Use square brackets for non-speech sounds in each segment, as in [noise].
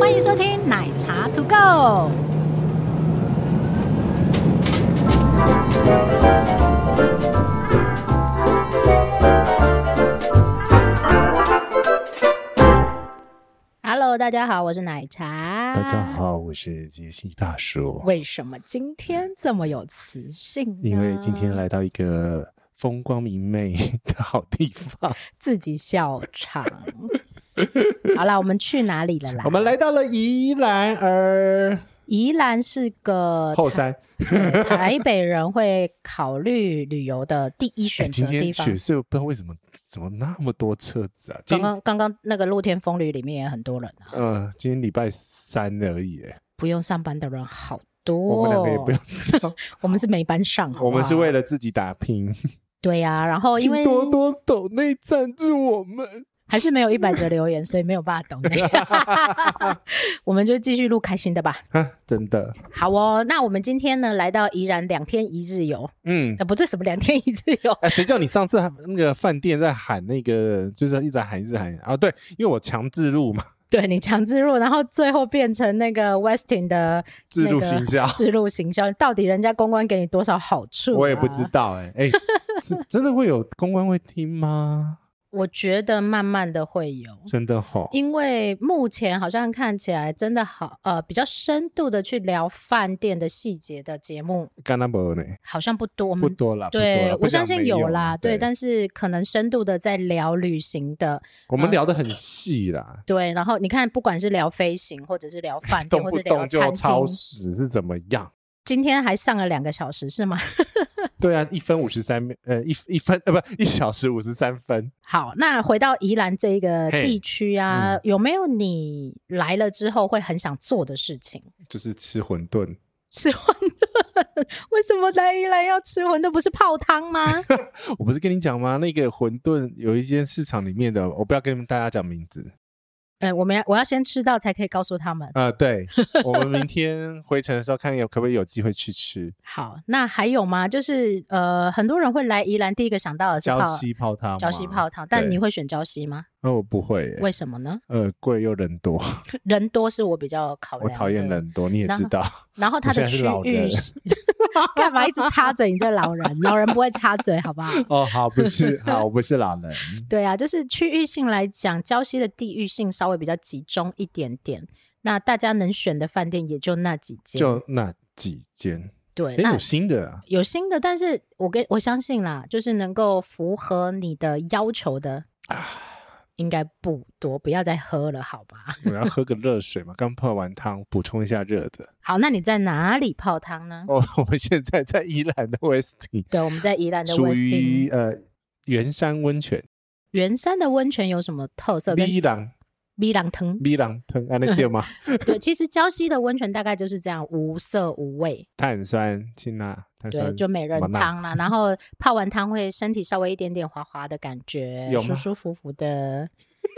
欢迎收听奶茶 To Go。Hello，大家好，我是奶茶。大家。好，我是杰西大叔。为什么今天这么有磁性呢？因为今天来到一个风光明媚 [laughs] 的好地方，自己笑场。好啦，我们去哪里了啦？ [laughs] 我们来到了宜兰儿宜兰是个后山。台北人会考虑旅游的第一选哎择今地天方。雪隧不知道为什么怎么那么多车子啊？今刚刚刚刚那个露天风旅里面也很多人啊，嗯、今天礼拜三而已耶，不用上班的人好多、哦。我们两个也 [laughs] 不用上，我们是没班 [laughs] 上好不好我们是为了自己打拼。对呀、然后哦因请为多多抖内赞助我们，还是没有一百则留言，所以没有办法懂你。 [laughs] 我们就继续录开心的吧。啊，真的，好哦，那我们今天呢来到宜兰两天一日游，嗯。呃，不对，什么两天一日游？ [laughs] 哎，谁叫你上次还那个饭店在喊那个，就是一直喊一直喊啊？对，因为我强制录嘛，对你强植入，然后最后变成那个 Westin 的自那入个行销， [laughs] 植入行销，到底人家公关给你多少好处、啊我也不知。道哎、 [laughs] 哎、是真的会有公关会听吗？我觉得慢慢的会有，真的吼，因为目前好像看起来真的好，呃，比较深度的去聊饭店的细节的节目干那不呢？好像不多。我不们多啊啦，不嗯多对啦我相信有啦，啊对，对，但是可能深度的在聊旅行的，我们聊得很细啦，对。然后你看，不管是聊飞行，或者是 [laughs] 聊饭店，动或不者聊动就餐超厅，时是怎么样？今天还上了两个小时是吗？对啊，一分五十三，呃，一一分呃，不，一小时五十三分。好，那回到宜兰这一个嘿嗯地区啊，有没有你来了之后会很想做的事情？ [laughs] 就是吃馄饨，吃馄饨？为什么来宜兰要吃馄饨？不是泡汤吗？ [laughs] 我不是跟你讲吗？那个馄饨有一间市场里面的，我不要跟你们大家讲名字，呃，我们要我要先吃到才可以告诉他们。啊，对，我们明天回程的时候看有可不可以有机会去吃好，那还有吗？就是呃，很多人会来宜兰，第一个想到的是礁泡溪泡汤吗。礁溪泡汤，但对你会选礁溪吗？那、我不会耶，为什么呢？呃，贵又人多，人多是我比较考我量。讨厌。人多，你也然知后 [laughs] 道。然后它的我现在是区老域人是 [laughs] 干嘛一直插嘴？你这老人，老人不会插嘴，好不好？哦，好，不是，好，我不是老 [laughs] 人。对啊，就是区域性来讲，礁溪的地域性稍微比较集中一点点。那大家能选的饭店也就那几间，就那几间，对，哎，那有新的啊，有新的，但是我跟我相信啦，就是能够符合你的要求的，啊应该不多，不要再喝了，好吧？我要喝个热水嘛，刚泡完汤，补充一下热 [laughs] 的。好，那你在哪里泡汤呢？哦，我们现在在宜兰的 Westin，对，我们在宜兰 [laughs] 的属 West 于 n 呃圆山温泉，圆山的温泉有什么特色？跟米朗米朗藤，米朗汤，[laughs] 安那对吗？ [laughs] 对，其实礁溪的温泉大概就是这样，无色无味，碳酸氢钠，碳对，酸就美什么人钠汤啦。然后泡完汤会身体稍微一点点滑滑的感觉，有舒吗舒服服的，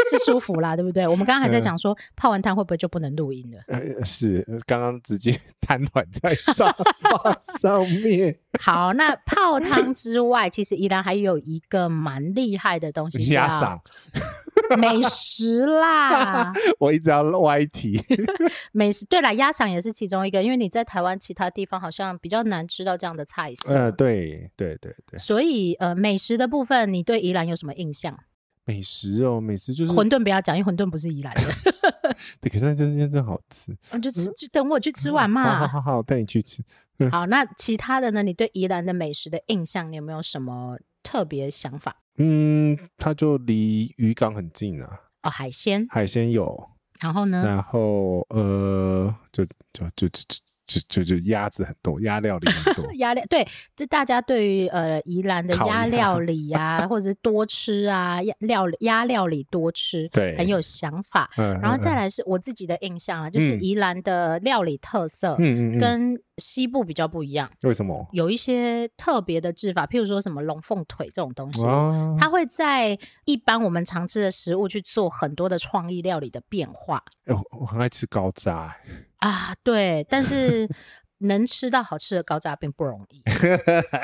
是舒服啦，对不对？我们刚刚嗯还在讲说，泡完汤会不会就不能录音了？呃，是呃刚刚直接 [laughs] 瘫软在沙发上 [laughs] 面，好，那泡汤之外，其实宜兰还有一个蛮厉害的东西，压叫嗓，美食啦，我一直要歪题。 [laughs] 美食。对啦，鸭肠也是其中一个，因为你在台湾其他地方好像比较难吃到这样的菜色。呃，对对对对，所以，呃，美食的部分，你对宜兰有什么印象？美食哦，美食就是，馄饨不要讲，因为馄饨不是宜兰的，对，可是那真真真好吃。你哦就吃，就等我去吃完嗯好好嘛。好好，我带你去吃。好，那其他的呢？你对宜兰的美食的印象，你有没有什么特别想法？嗯，它就离渔港很近啊，哦，海鲜，海鲜有，然后呢？。然后呃，就就就就就就就鸭子很多，鸭料理很多 [laughs] 鸭料，对，这大家对于呃宜兰的烤鸭鸭料理呀、或者是多吃啊，鸭料理鸭料理多吃，对很有想法。嗯，然后再来，来是我自己的印象啊，就是嗯宜兰的料理特色、嗯嗯嗯，跟西部比较不一样，为什么？有一些特别的制法，譬如说什么龙凤腿这种东西。啊，它会在一般我们常吃的食物去做很多的创意料理的变化哎我我很爱吃高渣、欸。啊，对，但 [laughs] 是能吃到好吃的高渣并不容易，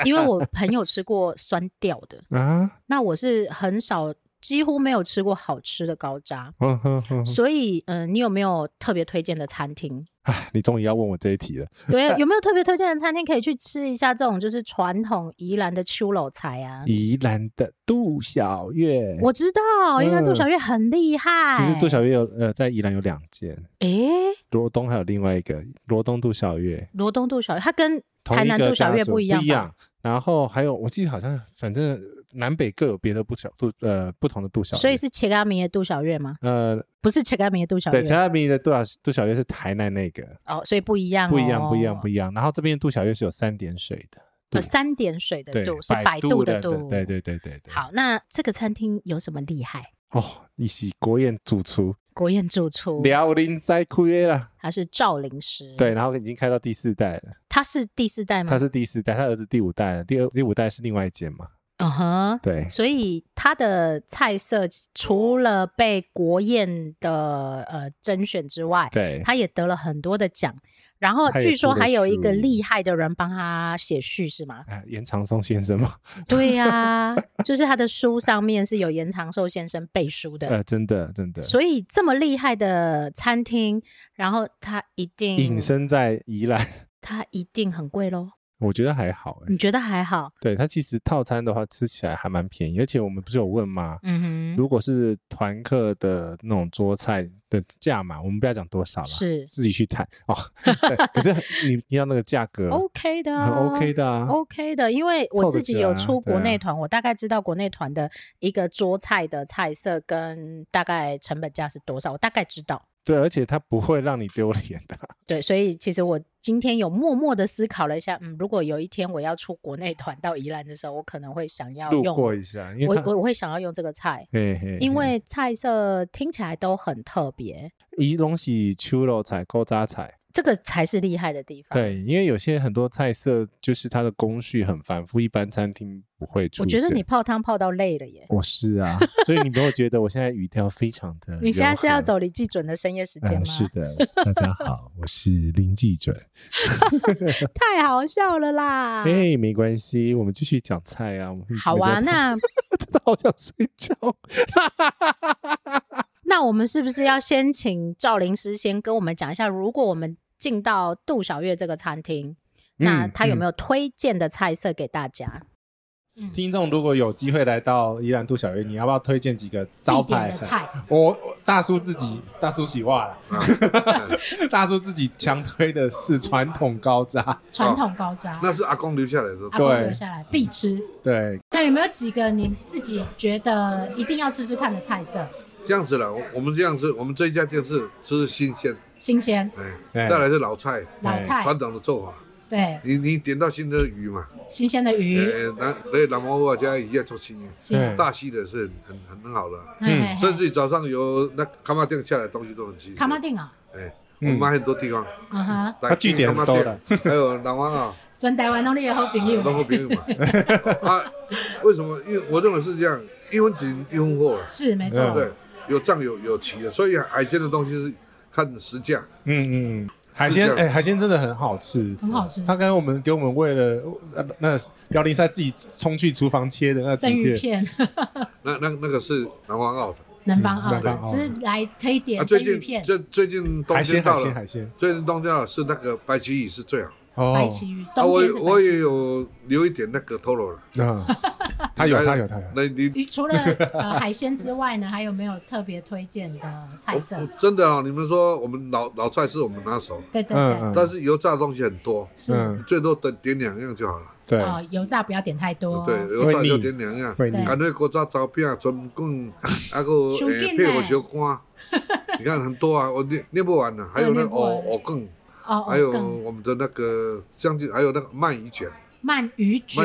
因为我朋友吃过酸掉的，啊，那我是很少几乎没有吃过好吃的高渣，嗯哼哼，所以嗯、呃你有没有特别推荐的餐厅？哎，你终于要问我这一题了。 [laughs] 对，有没有特别推荐的餐厅可以去吃一下这种就是传统宜兰的秋楼菜啊？宜兰的杜小月，我知道，因为杜小月很厉害。嗯其实杜小月有呃，在宜兰有两间，诶，罗东还有另外一个罗东杜小月，罗东杜小月，它跟同台一南个杜小家月族不不一样吧然后还有，我记得好像反正南北各有别的不小杜呃不同的杜小月，所以是切嘎米的杜小月吗？呃不是切嘎米的杜小对，月陈亚明的杜小杜小月是台南那个，哦，所以不一样、哦，不一样不一样不一一样。然后这边杜小月是有三点水的，呃，三点水的对度，是百百度度的度。对对对对对。好，那这个餐厅有什么厉害？哦，你是国宴主厨国宴主厨辽宁塞库耶啦，他是赵灵师，对，，然后已经开到第四代了，他是第四代他吗？是第四代，他儿子第五代了，第二第五代是另外一间嘛，嗯哼。对，所以它的菜色除了被国宴的呃甄选之外，对，它也得了很多的奖。然后它也据出说了还有一个书厉害的人帮他写序，是吗？啊严长松先生嘛，对呀、就是他的书上面是有严长寿先生背书的。呃，真的真的，所以这么厉害的餐厅，然后它一定隐身在宜兰，它一定很贵喽？我觉得还好、欸，你觉得还好？对，它其实套餐的话吃起来还蛮便宜，而且我们不是有问吗？嗯哼，如果是团客的那种桌菜的价嘛，我们不要讲多少了，是自己去谈 [laughs] 哦。对可是你你要那个价格 OK 的、啊、很 OK 的啊， OK 的，因为凑我得自起己有来啊出对国啊内团，我大概知道国内团的一个桌菜的菜色跟大概成本价是多少，我大概知道。对，而且它不会让你丢脸的。对，所以其实我今天有默默的思考了一下，嗯，如果有一天我要出国内团到宜兰的时候，我可能会想要路用，哦过一下，因我为它我我会想要用这个菜，嘿嘿，因嘿为菜色听起来都很特别，宜拢是秋肉菜、勾渣菜，这个才是厉害的地方。对，因为有些很多菜色就是它的工序很繁复，一般餐厅不会出我现。觉得你泡汤泡到累了耶。我是啊， [laughs] 所以你没有觉得我现在语调非常 [laughs] 的？你现在是要？走李济准的深夜时间吗？呃，是的，大家好，我是林 [laughs] 记准。太好笑了啦！哎，没关系，我们继续讲菜啊。我们啊好啊， [laughs] 我们在那真的好想睡觉。那我们是不是要先请赵灵师先跟我们讲一下，如果我们进到杜小月这个餐厅，那嗯他有没有、有推荐的菜色给大家？嗯听众？如果有机会来到宜兰杜小月，你要不要推荐几个招必点牌的？菜，我我大叔自己，大叔喜欢啦，啊 [laughs] 大叔自己强推的是传统高渣，传统高渣那是阿公留下来的阿公对留下来必吃。对，那有没有几个你自己觉得一定要吃吃看的菜色？这样子了。我我们这样吃，我们这一家店是吃新鲜，新鲜哎，哎再来是老菜，老菜传统的做法。对，你你点到新的鱼嘛，新鲜的鱼，呃，南对南方话家鱼要做新鲜，对大溪的是很很很好的，嗯甚至早上由那卡马店下来的东西都很新鲜。哎卡马，定啊，哎，我们买很多地方，嗯哼，它据点很多了的，还有南 [laughs] 方啊，真台湾拢你的好朋然后朋友嘛，啊，为什么？因为我认为是这样，一分钱一分货啊。是没错嗯对，有涨有有齐的，所以海鲜的东西是看时价。嗯嗯，海鲜是这哎、样海鲜真的很好吃，很好吃他刚才我们给我们为了呃那辽宁赛自己冲去厨房切的那生几鱼片，片， [laughs] 那那那个是南方澳的，南方嗯澳南方的，澳只是来可啊，以点生最鱼近片、最最近冬海天鲜到海鲜了，海鲜最近冬天到了是那个白旗鱼是最好。哦，白旗鱼，啊，冬我天是白我旗也鱼。啊有留一点那个透露了，嗯，他有他有他有，那你鱼除了 [laughs] 呃海鲜之外呢，还有没有特别推荐的我菜色我？真的啊，你们说我们老老菜是我们拿手，对对嗯对，嗯，但是油炸的东西很多，是嗯最多点点两样就好了。对，哦，油炸不要点太多，哦哦对，油炸会腻就点两样，会腻对干脆锅炸糟饼、啊春卷， [laughs] 还有手诶卷配呢火小干， [laughs] 你看很多啊，我念念不完的，还有那个念哦不完藕藕羹。哦，还有更我们的那个将近，还有那个鳗鱼卷，鳗鱼鳗卷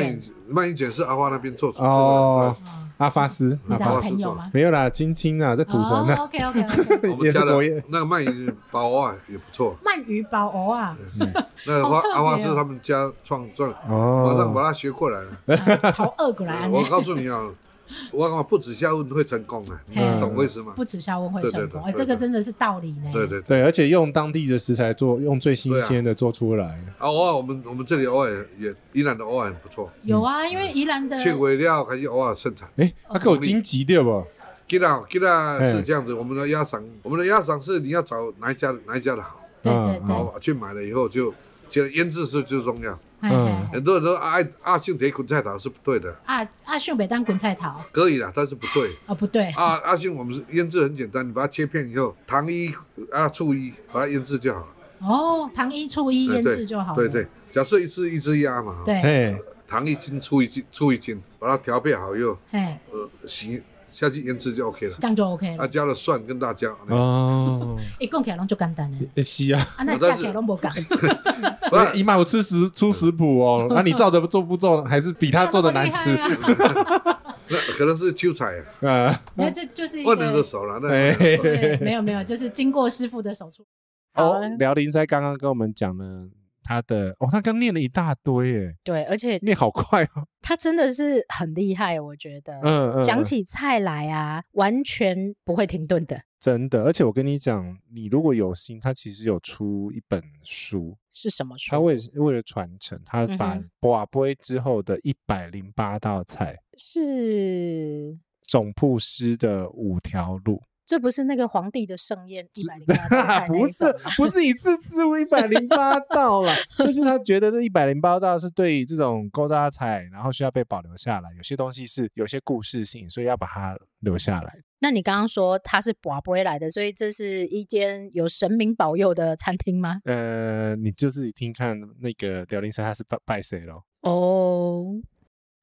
鱼，鳗鱼卷是阿花那边做出来的。哦啊，阿发斯你阿的好发吧斯朋友吗？没有啦，金青啊，在土城哦啊， ，OK [laughs] OK OK，我 [laughs] 们也是家的国宴那个鳗鱼包啊也不错，鳗鱼包藕啊，那个花好特别哦阿花是他们家创创，哦，马上把它学过来哦了。头饿过来啊，我告诉你啊，我讲不止下问会成功的，你嗯懂我意思吗？不耻下问会对对成对功，对哎，这对个真的是道理呢。对对啊对，对，而且用当地的食材做，用最新鲜的做出来。啊，偶尔我们我们这里偶尔也宜兰的偶尔很不错，嗯有啊，因为宜兰的切尾料还是偶尔盛产。啊哎、它给我荆棘对不？吉拉吉拉哎是这样子，我们的鸭嗓，嗯我们的鸭嗓是你要找哪一家的哪一家的好，对对嗯然对后去买了以后就，觉得腌制是最重要。哎哎哎很多人都爱阿信铁滚菜头是不对的，啊啊，秀北当滚菜桃可以啦，但是不对。哦，不对， [laughs] 啊，阿信我们是腌制很简单，你把它切片以后，糖衣啊醋衣把它腌制就好了。哦，糖衣醋衣哎腌对制就好了。对对，假设一只一只鸭嘛，哎哦对，嘿，糖一斤醋一斤醋一斤，把它调配好以后，哎，呃，洗下去腌制就 OK 了。这样就 OK 啊，了。加了蒜跟辣椒，哦，一共起来拢就简单的，欸是啊，啊，那但价是格拢无讲，不然姨妈，我吃食出食谱哦，那你照着做不做，还是比 [laughs] 他做的难吃？那可能是秋彩啊，呃， [laughs] 那就就是一问你的个手了，哎那嘿嘿对，没有没有，就是经过师傅的手术。好哦，辽林在刚刚跟我们讲了他的，哦，他刚念了一大堆耶，对，而且念好快哦，他真的是很厉害，我觉得。嗯嗯，讲嗯起菜来啊，完全不会停顿的，真的，而且我跟你讲，你如果有心，他其实有出一本书，是什么他书？为为了传承，他把嗯哼瓦杯之后的一百零八道菜，是总铺师的五条路，这不是那个皇帝的盛宴一百零八道 [laughs] 菜那不一种是不是一次吃一百零八道啦，就是他觉得这一百零八道是对于这种勾扎菜，然后需要被保留下来，有些东西是有些故事性，所以要把它留下来。那你刚刚说它是拔不会来的，所以这是一间有神明保佑的餐厅吗？呃，你就自己听看那个辽宁山他是拜拜谁咯？哦，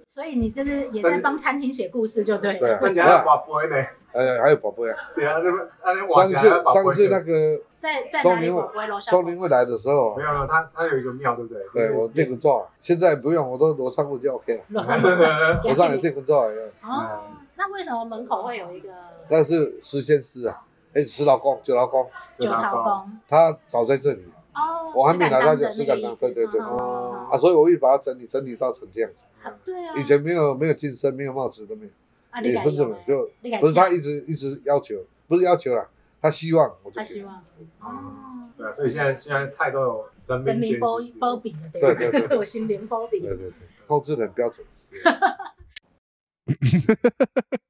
所以你就是也但在是帮餐厅写故事就对对了。啊那你还要把杯呢？呃，还有宝贝啊，对啊，那么那你上往次前还要把杯上次那个在在松哪里？林我不会楼上松。林会来的时候啊没，有没有，他他有一个庙，对不对？对我那电个工照，现在不用，我都楼上我就 OK 了，楼 [laughs] 上有。 [laughs] 楼上有电工照，哎哦，那为什么门口会有一个那是石先师啊，哎，石老公，九老公，九桃宫？他早在这里哦，我还没拿到石敢当的那个石敢意思当对对对哦啊，所以我一把它整理整理到成这样子。对啊，以前没有没有晋升，没有帽子都没有，啊，你也敢甚至用没吗？有，你敢啊就不是他签一直一直要求，不是要求啦，他希望我就他去希望哦，对啊，所以现在现在菜都有神神明明包煎包饼的对对对吧 [laughs] 对对我心灵包对饼。对对，控制得很标准。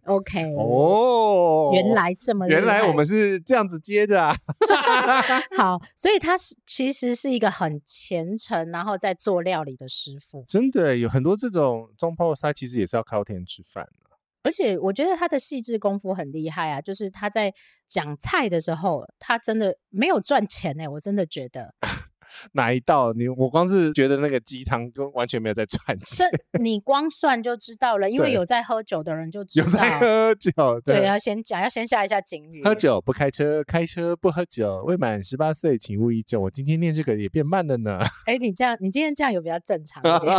，OK，哦原嗯来这么厉害原来我们是这样子接的啊！ [laughs] 好，所以他是其实是一个很虔诚，然后在做料理的师傅，真的欸有很多这种中泡菜，其实也是要靠天吃饭。而且我觉得他的细致功夫很厉害啊，就是他在讲菜的时候，他真的没有赚钱哎、我真的觉得，哪一道你我光是觉得那个鸡汤跟完全没有在赚钱这，你光算就知道了，因为对有在喝酒的人就知有道，在喝酒，对，啊要先讲，要先下一下警语，喝酒不开车，开车不喝酒。未满十八岁，请勿饮酒。我今天念这个也变慢了呢。哎，你这样，你今天这样有比较正常一 [laughs] 点。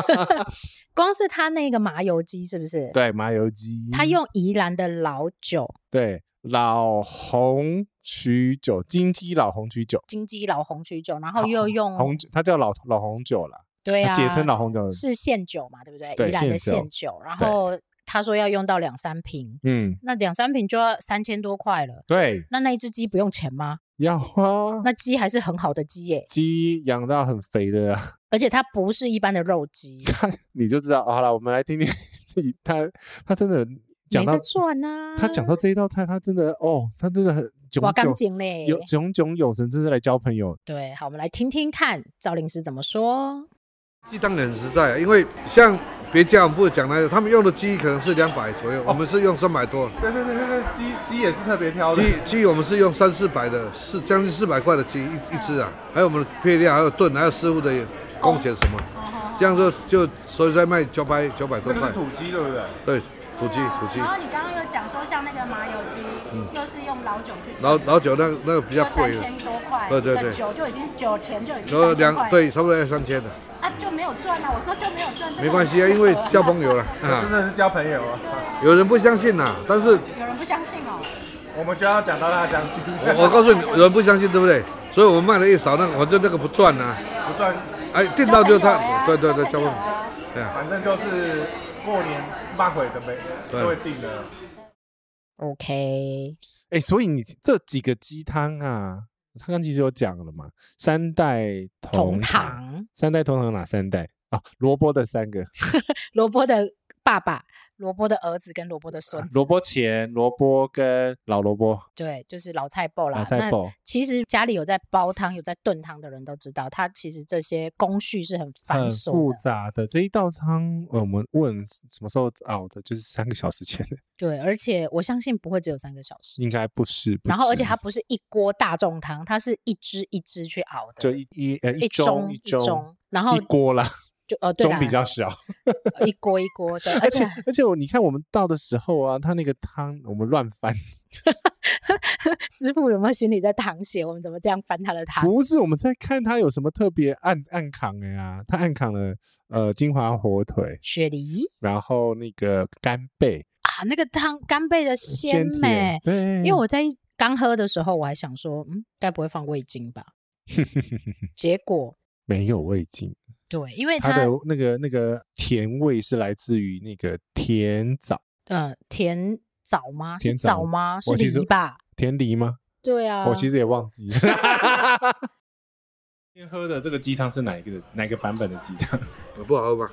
光是他那个麻油鸡是不是？对，麻油鸡，他用宜兰的老酒，对老红曲酒，金鸡老红曲酒，金鸡老红曲酒，然后好又用红酒它叫老老红酒啦，对它啊，简称老红酒。是现酒嘛，对不对？对宜兰的现现酒，然对后他说要用到两三瓶，嗯，那两三瓶就要三千多块了。对，那那一只鸡不用钱吗？要啊。那鸡还是很好的鸡耶，鸡养到很肥的，而且它不是一般的肉鸡，你就知道。好了，我们来听听他，他真的讲没到在赚啊。他讲到这一道菜，他真的哦，他真的很炯我刚炯讲嘞，有炯炯有神，真是来交朋友。对，好，我们来听听看赵林师怎么说。鸡当然很实在啊，因为像别家我们不讲那个，他们用的鸡可能是两百左右，哦我们是用三百多。对对对对对，鸡鸡也是特别挑鸡鸡我们是用三四百的，四将近四百块的鸡一一只啊，还有我们的配料，还有炖，还有师傅的工钱什么，哦这样就就所以在卖九百九百多块，鸡，对不对？对，土鸡土鸡啊然，后你刚刚有讲说，像那个麻油鸡嗯，又是用老酒去做老老酒那个那个比较就贵三了，千多块，对对对酒就已经酒钱就已然后经两两对差不多要三千的，啊就没有赚啊，我说就没有赚，这个没关系啊，因为交朋友了 [laughs] 啊真。的是交朋友啊！有人不相信呐、但是有人不相信哦，我们就要讲到他相信，我我告诉你，有人不相信，对不对？所以我们卖了一少，那个反正那个不赚啊呐、不赚，哎，订到就交朋友他，啊对对对，交交朋友朋友啊，对啊，反正就是过年半会的没对就会定了。 OK，哎，所以你这几个鸡汤啊，他刚其实有讲了嘛，三代同同堂，堂哦 [laughs] 三代同堂哪三代啊？萝卜的三个，萝卜的爸爸，萝卜的儿子跟萝卜的孙子，啊萝卜钱、萝卜跟老萝卜、对，就是老菜包啦。拿菜那包，其实家里有在煲汤、有在炖汤的人都知道，它其实这些工序是很繁很琐复的。杂的这一道汤，呃我们问什么时候熬的，就是三个小时前的，对，而且我相信不会只有三个小时。应该不是。不然后，而止且它不是一锅大众汤，它是一支一支去熬的，就一一呃一盅盅一盅盅然后一锅啦，就 [laughs] 呃对啦盅比较少。呃一锅一锅的，而 [laughs] 而且且而且我你看我们倒的时候啊，它那个汤我们乱翻， [laughs] 师傅有没有心里在淌血？我们怎么这样翻他的汤？不是我们在看它有什么特别暗暗扛的呀？它暗扛了呃金华火腿，雪梨然后那个干贝啊，那个汤干贝的鲜呃甜嗯美，对，因为我在一刚喝的时候，我还想说，嗯，该不会放味精吧？ [laughs] 结果没有味精，对，因为它它的那个那个甜味是来自于那个甜枣，呃甜枣吗？是甜枣枣吗？是我其实梨吧？甜梨吗？对啊，我其实也忘记。了。今天喝的这个鸡汤是哪一个哪一个版本的鸡汤？不好喝吗？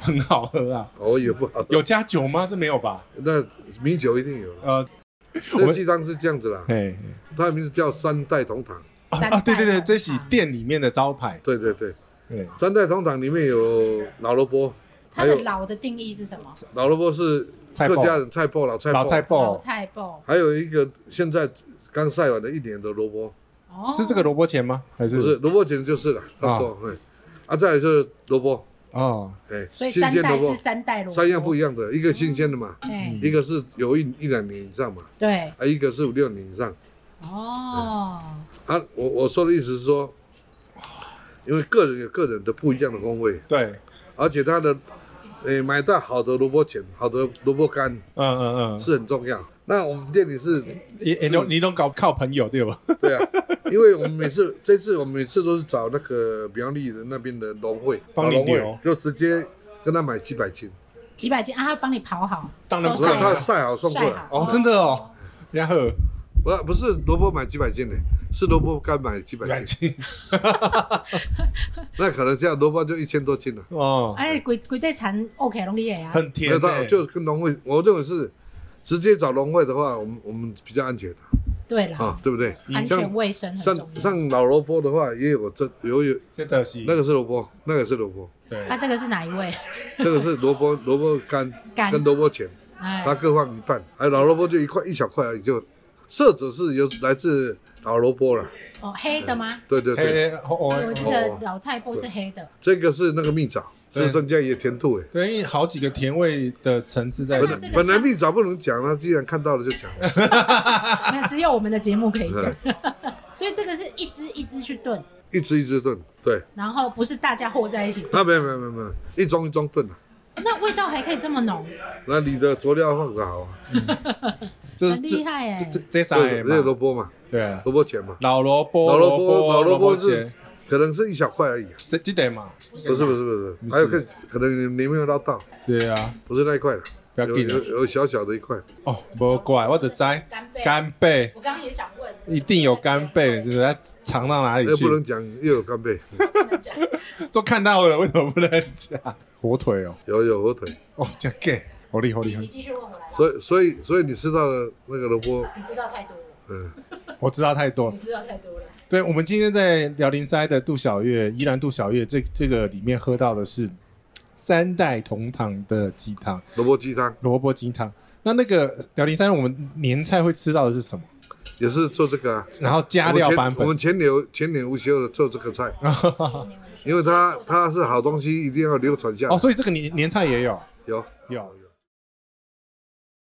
很好喝啊！我也不好喝，有加酒吗？这没有吧？那米酒一定有。呃，这鸡汤是这样子啦，嘿，它的名字叫三代同堂。啊三 [laughs] 啊，对对代对，同这是堂店里面的招牌。对对对，对，三代同堂里面有老萝卜，它还的有老的定义是什么？老萝卜是菜客脯家人菜脯老菜老菜脯，老脯菜包还有一个现在刚晒完的一年的萝卜，哦，是这个萝卜钱吗？还是不是萝卜卷就是了，差不多。哎，啊，再来就是萝卜，哦，哎，所以新三鲜代萝是卜，三代萝卜，三样不一样的，一个新鲜的嘛，哎，一个是有一一两年以上嘛，对，啊，一个是五六年以上。哦，啊，我我说的意思是说，因为个人有个人的不一样的风味，对，而且它的，诶、买到好的萝卜卷、好的萝卜干嗯嗯嗯，是很重要。那我们店里是，你你都你都搞靠朋友 [laughs] 对吧？对啊， [laughs] 因为我们每次这次我们每次都是找那个苗栗的那边的农会，帮你老农留会就直接跟他买几百斤，几百斤啊，他帮你刨好，当然都不不是是哦晒好他晒好送过晒来，好哦，真的哦，然后不是不是萝卜买几百斤的，是萝卜干买几百感斤，情 [laughs] 那可能这样萝卜就一千多斤了。哦，哎，规规对产 OK 拢你的啊，很没甜有欸，到就跟农会，我认为是直接找农会的话，我们我们比较安全的对啦，啊，对不对？安像全卫生很重像要。嗯像老萝卜的话，也有这有有这的是那个是萝卜，那个是萝卜，对那这个是哪一位？这个是萝卜萝卜干干跟萝卜钱，哎它，各放一半。哎，老萝卜就一块一小块而已，就色泽是由来自老萝卜了。哦，黑的吗？对对哎对，嘿，哦哦我记得老菜包是黑的，这个是那个蜜枣，是增加一些甜度哎。对，因为好几个甜味的层次在那里本面这来个本来汤蜜枣不能讲了，既然看到了就讲了。那只有我们的节目可以讲。 [laughs] 所以这个是一只一只去炖，一只一只炖，对，啊然后不是大家和在一起炖。那没有没有没有没有，一盅一盅炖啊。那味道还可以这么浓，那你的佐料放的好啊，这很厉害哎这这这啥对，也那萝卜嘛，对，啊萝卜钱嘛，老萝卜，老萝卜老萝卜切是可能是一小块而已啊，这这得嘛？不是不是不不是，是还有可可能你没有捞到，对啊，不是那一块的，不要有紧啊有有小小的一块，哦，无怪我的摘干贝，我刚刚也想问，一定有干贝，是不是？它藏到哪里那去不？能讲又有干贝，哎都看到了，为什么不能加火腿哦？有有火腿，哦，加 gay，好厉害好厉害！继续问我来，所以所以所以你吃到的那个萝卜，你知道太多了，嗯，我知道太多了。知道太多了。对，我们今天在辽宁塞的杜小月，宜兰杜小月这这个里面喝到的是三代同堂的鸡汤，萝卜鸡汤萝卜鸡汤。那那个辽宁山，我们年菜会吃到的是什么？也是做这个啊，然后加我们料前版我本们，前年前年无休的做这个 [laughs] 菜，因为它它是好东西，一定要流传下哦，来，所以这个年年菜也有有。有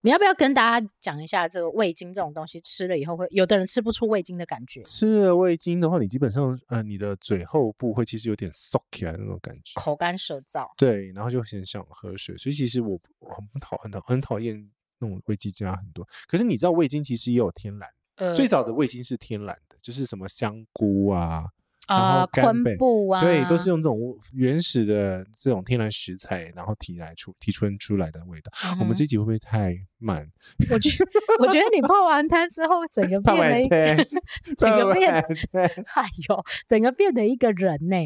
你要不要跟大家讲一下这个味精这种东西吃了以后会，有的人吃不出味精的感觉，吃了味精的话，你基本上呃你的嘴后部会其实有点缩起来那种感觉，口干舌燥。对，然后就很想喝水，所以其实我我很不讨很讨很讨厌那种味精加很多，可是你知道味精其实也有天然，呃，最早的味精是天然的，就是什么香菇啊，然呃后干昆贝布啊，对，都是用这种原始的这种天然食材，然后提来出提纯出来的味道。嗯哼。我们这集会不会太慢？我觉得我觉得你泡完汤之后，整 [laughs] 个变了一泡完 [laughs] 整太个变， [laughs] 慢了哎呦，整个变了一个人呢、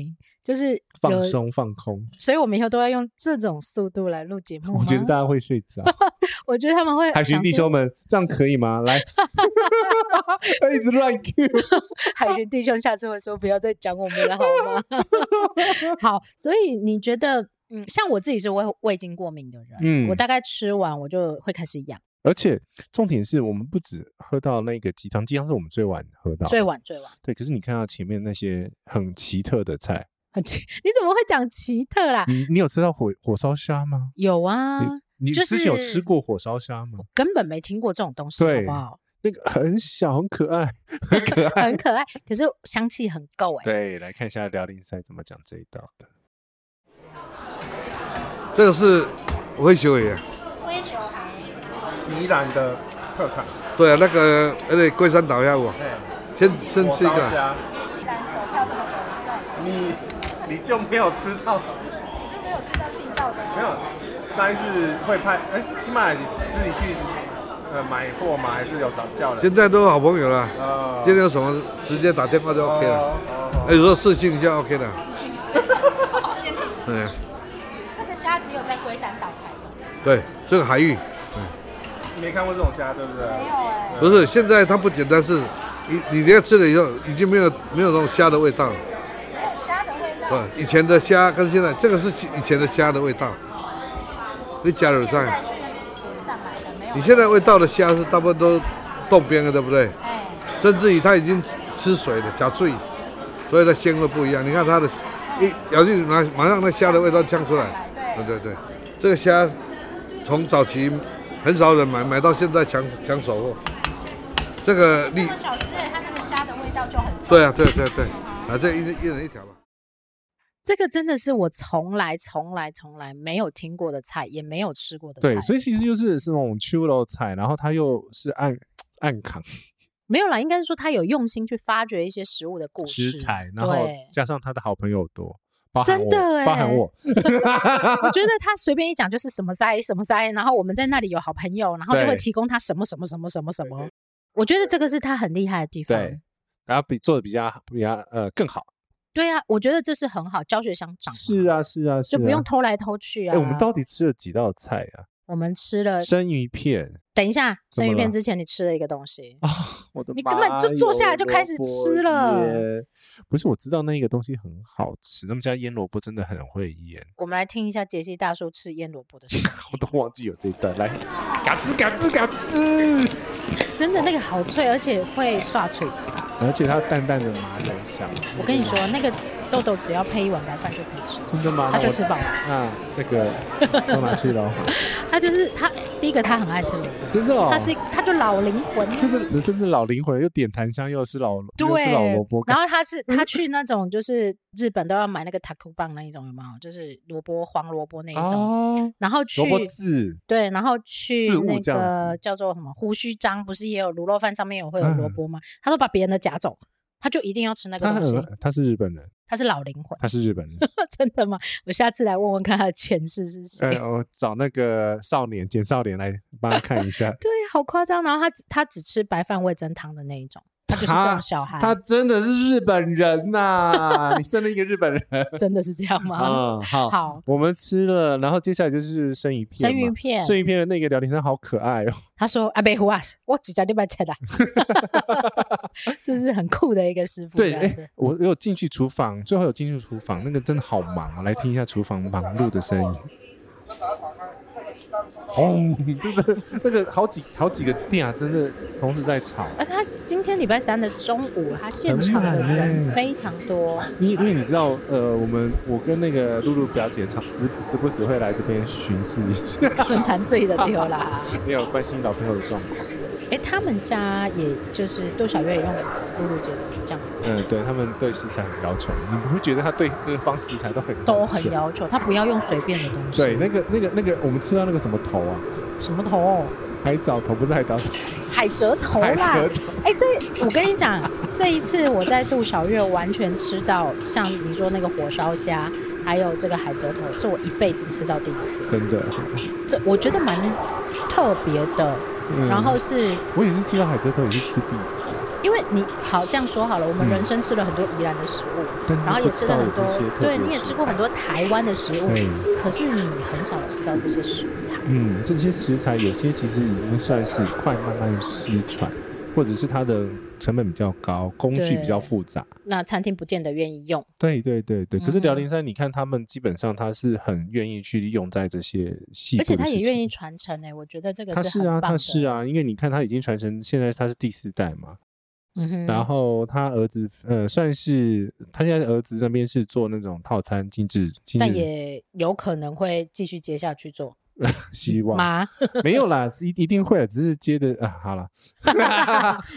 就是有放，松放空。所以我们以后都要用这种速度来录节目吗我觉得大家会睡 [laughs] 着。我觉得他们会海嗯巡想弟说兄，们，这样可以 [laughs] 吗？来， [laughs] 一直乱 Q。海巡弟兄下次会说不要再讲我们了，好吗？ [laughs] 好，所以你觉得，嗯，像我自己是味味精过敏的人，嗯我大概吃完我就会开始痒，而且重点是我们不止喝到那个鸡汤，鸡汤是我们最晚喝到的，最晚最晚。 [laughs] 对。可是你看到前面那些很奇特的菜，很奇，你怎么会讲奇特啦？你你有吃到火火烧虾吗？有啊，嗯你就之前有吃是过火烧虾吗？根本没听过这种东西，好对不好？那个很小，很可爱，很可爱。很可爱，可是香气很够哎、对，来看一下辽宁赛怎么讲这一道的。这个是灰熊也，宜兰的特产，对啊，那个那个龟山岛下我哎，先先吃一火烧个，啊虾你你就没有吃到，没 [laughs] 啊有。上一次会派，哎、金马还是自己去呃买货吗？还是有找叫人？现在都好朋友了，呃今天有什么直接打电话就 OK 了，哦哎，有时候试训一下 OK 的，好先进。嗯，这个虾只有在龟山岛才有，对，这个海域哦没看过这种虾，对不对？欸不是现在它不简单是。你你这个吃了以后，已经没有没有那种虾的味道了。没有虾的味道。对，以前的虾跟现在这个是以前的虾的味道，你加点现上。在去那边补上来的没有？你现在会到的虾是大部分都冻冰的，对不对？哎，甚至于它已经吃水了，加醉，所以它鲜味不一样。你看它的一咬进去，马马上那虾的味道呛出来。对对对，这个虾从早期很少人买，买到现在抢抢手货。这个这利么，小只哎，它那个虾的味道就很重。对啊，对对对，啊，这一人一人一条吧。这个真的是我从来从来从来没有听过的菜，也没有吃过的菜。对，所以其实就是是那种秋楼菜，然后它又是暗暗扛没有啦，应该是说他有用心去发掘一些食物的故事。食材，然后对加上他的好朋友多，包含真我的包含欸我， [laughs] 我觉得他随便一讲就是什么塞什么塞，然后我们在那里有好朋友，然后就会对提供他什么什么什么什么什么。我觉得这个是他很厉害的地方。对，然后比做的比较比较呃更好。对啊，我觉得这是很好，教学相长。是，啊，是啊，就是不用啊。偷来偷去啊。呃哎，我们到底吃了几道菜啊？我们吃了，生鱼片等一下，怎生鱼么片了之前你吃了一个东西，啊！ [laughs] 我的你根本就妈坐下来哟就开始萝吃卜了耶。不是，我知道那个东西很好吃，他们家腌萝卜真的很会腌。 [laughs] 我们来听一下杰西大叔吃腌萝卜的事，我都忘记有这一段，来，嘎吱嘎吱嘎吱。真的那个好脆，而且会刷脆。而且它淡淡的麻仁香。我跟你说，那个豆豆只要配一碗白饭就可以吃，真的吗？他那就我吃饱了。那那个都拿去 [laughs] 了哦，他就是他第一个他很爱吃萝卜，真的哦。他是他就老灵魂。真的真的老灵魂，又点檀香，又是老又是老对萝卜，然干。嗯后他是他去那种就是日本都要买那个塔库棒那一种有没有？就是萝卜黄萝卜那一种，哦，然后去萝卜籽，对，然后去自物那这样个子嗯叫做什么胡须章，不是也有卤肉饭上面有会有萝卜吗？他说把别人的夹走，他就一定要吃那个他东西。很他是日本人，他是老灵魂， [laughs] 他是日本人。真的吗？我下次来问问看他的前世是谁。，呃，我找那个少年简少年来帮他看一下 [laughs] 对，好夸张。然后他只他只吃白饭味增汤的那一种，他就是这种小孩。他真的是日本人呐！你生了一个日本人真的是这样吗？啊，好。好，我们吃了，然后接下来就是生鱼片嘛。生鱼片。生鱼片的那个聊天声好可爱哦。他说：“阿贝胡啊，我只在那边 [laughs] [laughs] 吃的，就是很酷的一个师傅。”对，哎、哎、我有进去厨房，最后有进去厨房，那个真的好忙啊！来听一下厨房忙碌的声音。哦 [laughs] 轰！就是那个好几好几个店啊，真的同时在吵。而且他今天礼拜三的中午，啊他现场的很满人欸非常多。因因为你知道，呃，我们我跟那个露露表姐常时时不时会来这边巡视一下， [laughs] 孙残醉的丢啦。也有关心老朋友的状况。哎、他们家也就是杜小月也用露露姐的酱嗯、对他们对食材很要求，你会觉得他对各方食材都很都很要求，他不要用随便的东西。对，那个那个那个，我们吃到那个什么头啊，什么头？海藻头不是海藻头，海蜇头海啦蜇。哎、这我跟你讲，这一次我在杜小月完全吃到像你说那个火烧虾，还有这个海蜇头，是我一辈子吃到第一次。真的。这我觉得蛮特别的，嗯然后是我也是吃到海蜇头，也是吃第一次。因为你好这样说好了，我们嗯人生吃了很多宜兰的食物，但是然后也吃了很多嗯不知道有这些，特别对你也吃过很多台湾的食物对，可是你很少吃到这些食材。嗯，这些食材有些其实已经算是快慢慢失传，或者是它的成本比较高，工序比较复杂。那餐厅不见得愿意用，对对对对，可是嗯辽宁山，你看他们基本上他是很愿意去用在这些细而且部的他事也愿意情。传承哎、我觉得这个他是是很啊，棒他的。是啊，因为你看他已经传承，现在他是第四代嘛，嗯哼，然后他儿子呃算是他现在儿子那边是做那种套餐精致精但致，也有可能会继续接下去做希望吗？没有啦，一一定会啦，只是接的啊，[laughs] 好了，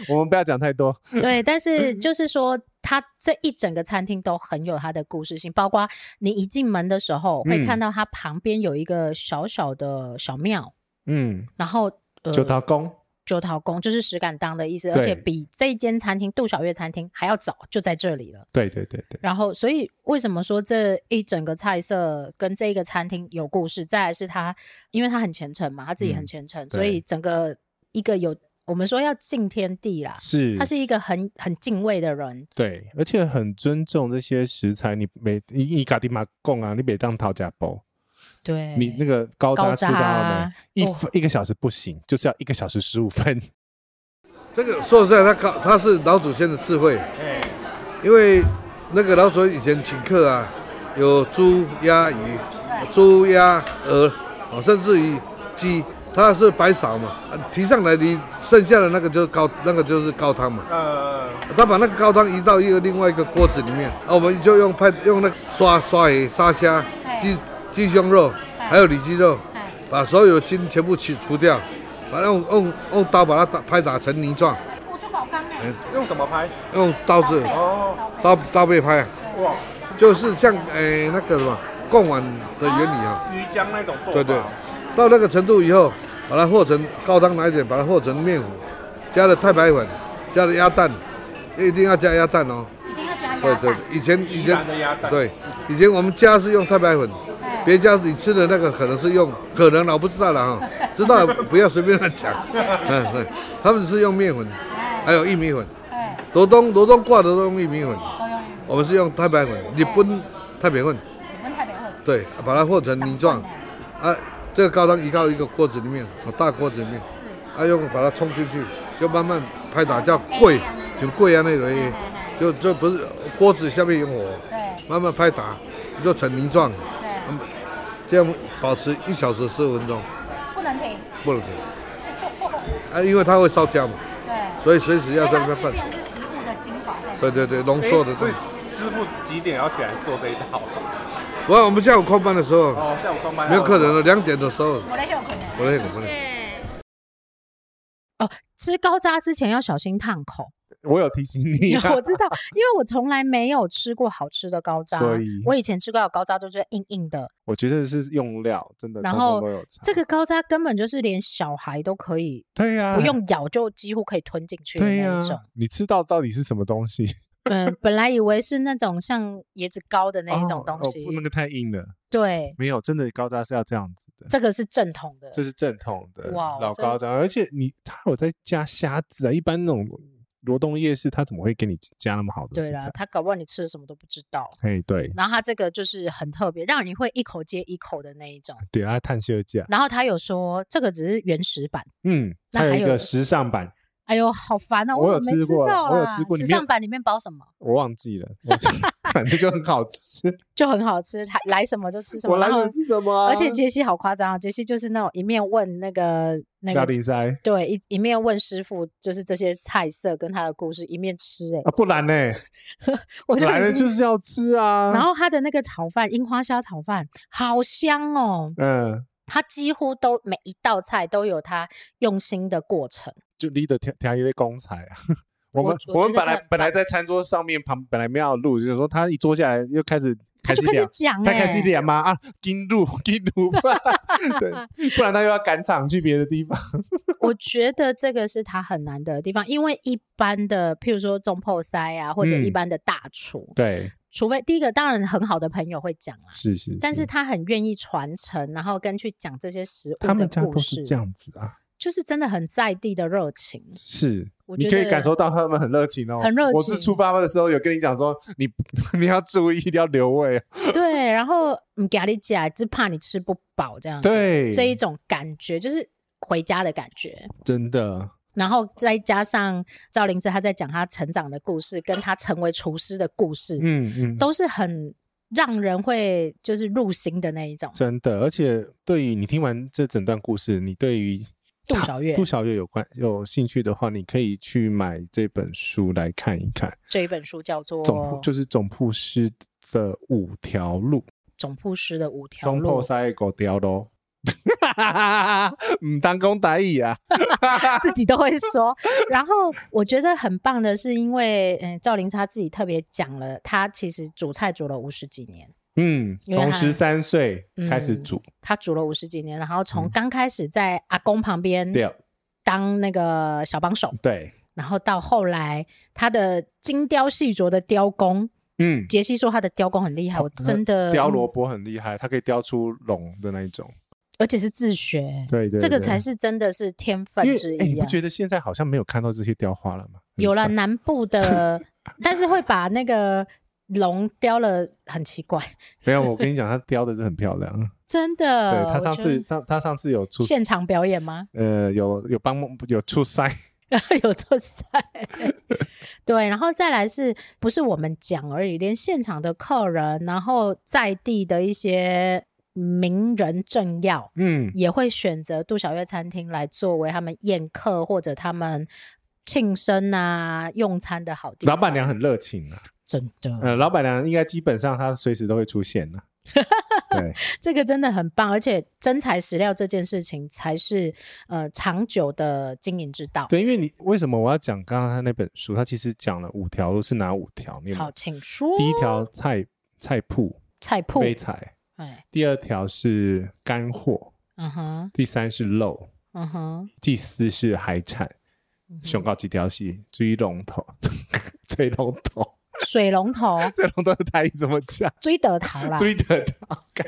我们不要讲太多。对，但是嗯就是说，它这一整个餐厅都很有它的故事性，包括你一进门的时候会看嗯到它旁边有一个小小的小庙，嗯，然后呃，九桃宫，九桃宫就是石敢当的意思，而且对比这一间餐厅杜小月餐厅还要早，就在这里了。对对对对，然后，所以为什么说这一整个菜色跟这一个餐厅有故事？再来是他，因为他很虔诚嘛，他自己很嗯虔诚，对所以整个一个有我们说要敬天地啦，是他是一个很很敬畏的人，对，而且很尊重这些食材。你每你你嘎地马贡啊，你别当讨价包，对，你那个高高渣吃到了渣没？一哦分一个小时不行，就是要一个小时十五分。这个说实在，他搞他是老祖先的智慧，因为那个老祖先以前请客啊，有猪、鸭、鱼、猪、鸭、鹅，哦，甚至于鸡，他是白勺嘛，啊提上来你剩下的那个就是高，那个就是高汤嘛。呃，他把那个高汤移到一个另外一个锅子里面，啊，我们就用派用那个刷刷鱼、沙虾、鸡鸡胸肉，还有里脊肉，把所有的筋全部去除掉，把它用用用刀把它打拍打成泥状，我就搞刚哎，用什么拍？用刀子哦，刀刀背拍，啊，哇，就是像诶、那个什么贡丸的原理啊，鱼浆那种做法。对对，到那个程度以后，把它和成高汤来一点，把它和成面糊，加了太白粉，加了鸭蛋，一定要加鸭蛋哦。一定要加鸭对蛋，对，以前以宜前兰的鸭蛋。对，以前我们家是用太白粉，哎别家你吃的那个可能是用，可能啦，我不知道了 [laughs] 哈，知道也不要随便乱 [laughs] 讲。嗯，对，他们是用面粉，还有玉米粉，哎，罗东罗东挂的都用玉米粉，哎都用我们是用太白粉，日本太白粉，我们台北会对，把它和成泥状，啊，这个高汤移到一个锅子里面，好大锅子里面，啊，用把它冲进去，就慢慢拍打叫跪，就跪啊那个，就就不是锅子下面有火。对慢慢拍打，就成泥状，对，这样保持一小时十五分钟，不能停，不能停。啊，因为它会烧焦嘛，对。所以随时要在那所边以拌。它是变成是食物的精华在里面。对对对，浓哎缩的。所以师师傅几点要起来做这一道？我我们下午空班的时候哦，下午上班没有客人了，两点的时候，我的有可能。我那个不能。哦，吃高渣之前要小心烫 [laughs] 口。我有提醒你、 [laughs] 啊，我知道，因为我从来没有吃过好吃的高渣，所以我以前吃过的高渣都是硬硬的，我觉得是用料真的，然通通后都有差这个高渣根本就是连小孩都可以对呀、不用咬就几乎可以吞进去的哎对那呀、一种。你吃到到底是什么东西？嗯，本来以为是那种像椰子糕的那一种哦东哦西不，那个太硬了，对，没有，真的高渣是要这样子的。这个是正统的。这是正统的哇老这高章，而且你他有在加虾子啊，一般那种罗东夜市他怎么会给你加那么好的对食啦材，？他搞不好你吃了什么都不知道。哎，对，然后他这个就是很特别，让你会一口接一口的那一种。对啊，探秀价，然后他有说这个只是原始版，嗯，那还有还一有个时尚版，哎呦，好烦哦！我有怎么没吃过到我有啦吃过里时面尚版里面包什么我忘记了，我 [laughs] 反正就很好吃，就很好吃，他来什么就吃什么。我来然后想吃什么啊？而且杰西好夸张啊！杰西就是那种一面问那个那料个理塞对一一面问师傅，就是这些菜色跟他的故事，一面吃、欸。啊，不然呢？我就来了已经。就是要吃啊，然后他的那个炒饭，樱花虾炒饭好香哦！嗯，他几乎都每一道菜都有他用心的过程。就离得调调一类公材啊。我我们我我们觉得这本来很本来棒在餐桌上面旁本来没有录，就是说他一坐下来又开始他开就始开聊始。讲、他欸，开始脸吗？啊，金鹿金鹿， [laughs] 对，不然他又要赶场去别的地方。 [laughs] 我觉得这个是他很难的地方，因为一般的，譬如说中破塞啊，或者一嗯般的大厨，对，除非第一个当然很好的朋友会讲啊，是是但是他很愿意传承，然后跟去讲这些食物他的们家故都事是，这样子啊，就是真的很在地的热情。是我你觉可得以感受到他们很热情哦，很热我是情出发的时候有跟你讲说，你你要注意，一定要留胃。嗯对，然后嗯，咖喱甲就怕你吃不饱这样子，对，这一种感觉就是回家的感觉。嗯真的然后再加上赵灵芝，他在讲他成长的故事，跟他成为厨师的故事，嗯嗯，都是很让人会就是入心的那一种。真的，而且对于你听完这整段故事，你对于杜他小月杜小月有关有兴趣的话，你可以去买这本书来看一看。这一本书叫做总铺就是总铺师的五条路，总铺师的五条总铺路， [laughs] 三个条路。 [laughs] 唔当讲台语啊，自己都会说。然后我觉得很棒的是，因为嗯，赵灵芝他自己特别讲了，他其实煮菜煮了五十几年，嗯，因为他从十三岁开始嗯煮，他煮了五十几年，然后从嗯刚开始在阿公旁边对啊当那个小帮手，对，然后到后来他的精雕细琢的雕工，嗯，杰西说他的雕工很厉害，我他真的雕嗯萝卜很厉害，它可以雕出龙的那一种，而且是自学，对对，这个对才是真的是天因分为之哎你一不啊！觉得现在好像没有看到这些雕花了吗？很有了少，南部 [laughs] 的，但是会把那个龙雕了很奇怪，没有，我跟你讲，它雕的是很 [laughs] 漂亮。啊真的。对，他呃我上觉次得上他上次有出现场表演吗？ [laughs] 呃有有帮忙有出塞，有做 [laughs] 赛，对，然后再来是不是我们讲而已，连现场的客人，然后在地的一些名人政要，嗯，也会选择杜小月餐厅来作为他们宴客或者他们庆生啊用餐的好地方。老板娘很热情啊，真的，呃，老板娘应该基本上她随时都会出现啊的、对，这个真的很棒，而且真材实料这件事情才是呃长久的经营之道。对，因为你为什么我要讲刚刚他那本书？他其实讲了五条路是哪五条？你有没好，哦有请说第一条菜菜铺菜铺，杯菜，哎，第二条是干货，嗯哼，第三是肉，嗯哼，第四是海产。嗯哼熊高几条是追龙头， [laughs] 追龙头，水龙头追龙头的台语怎么讲？追得逃啦。追得到。干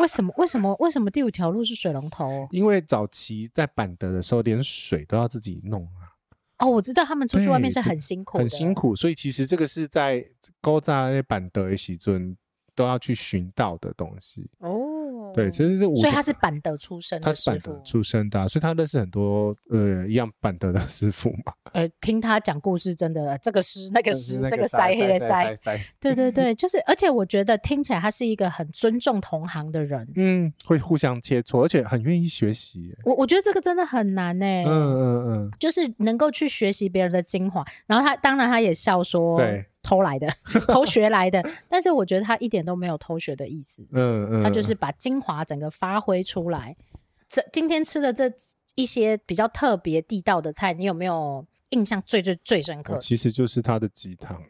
为什么？为什么？为什么第五条路是水龙头？哦因为早期在板德的时候，连水都要自己弄啊，哦，我知道他们出去外面对是很辛苦的，很辛苦。所以其实这个是在勾扎那板德的时尊都要去寻到的东西。哦。对，其实是五所以他条是板德出身他的是师板傅德。出身的啊、所以他认识很多呃一样板德的师傅嘛。呃，听他讲故事，真的呃这个师那个师，这个塞塞黑的塞塞，塞，对对 [laughs] 对，就是，而且我觉得听起来他是一个很尊重同行的人。嗯，会互相切磋，而且很愿意学习耶。我我觉得这个真的很难呢、嗯嗯嗯，就是能够去学习别人的精华。然后他当然他也笑说，对，偷来的，偷学来的。但是我觉得他一点都没有偷学的意思，嗯嗯，他就是把精华整个发挥出来。这今天吃的这一些比较特别地道的菜，你有没有印象最最最深刻哦？其实就是他的鸡汤。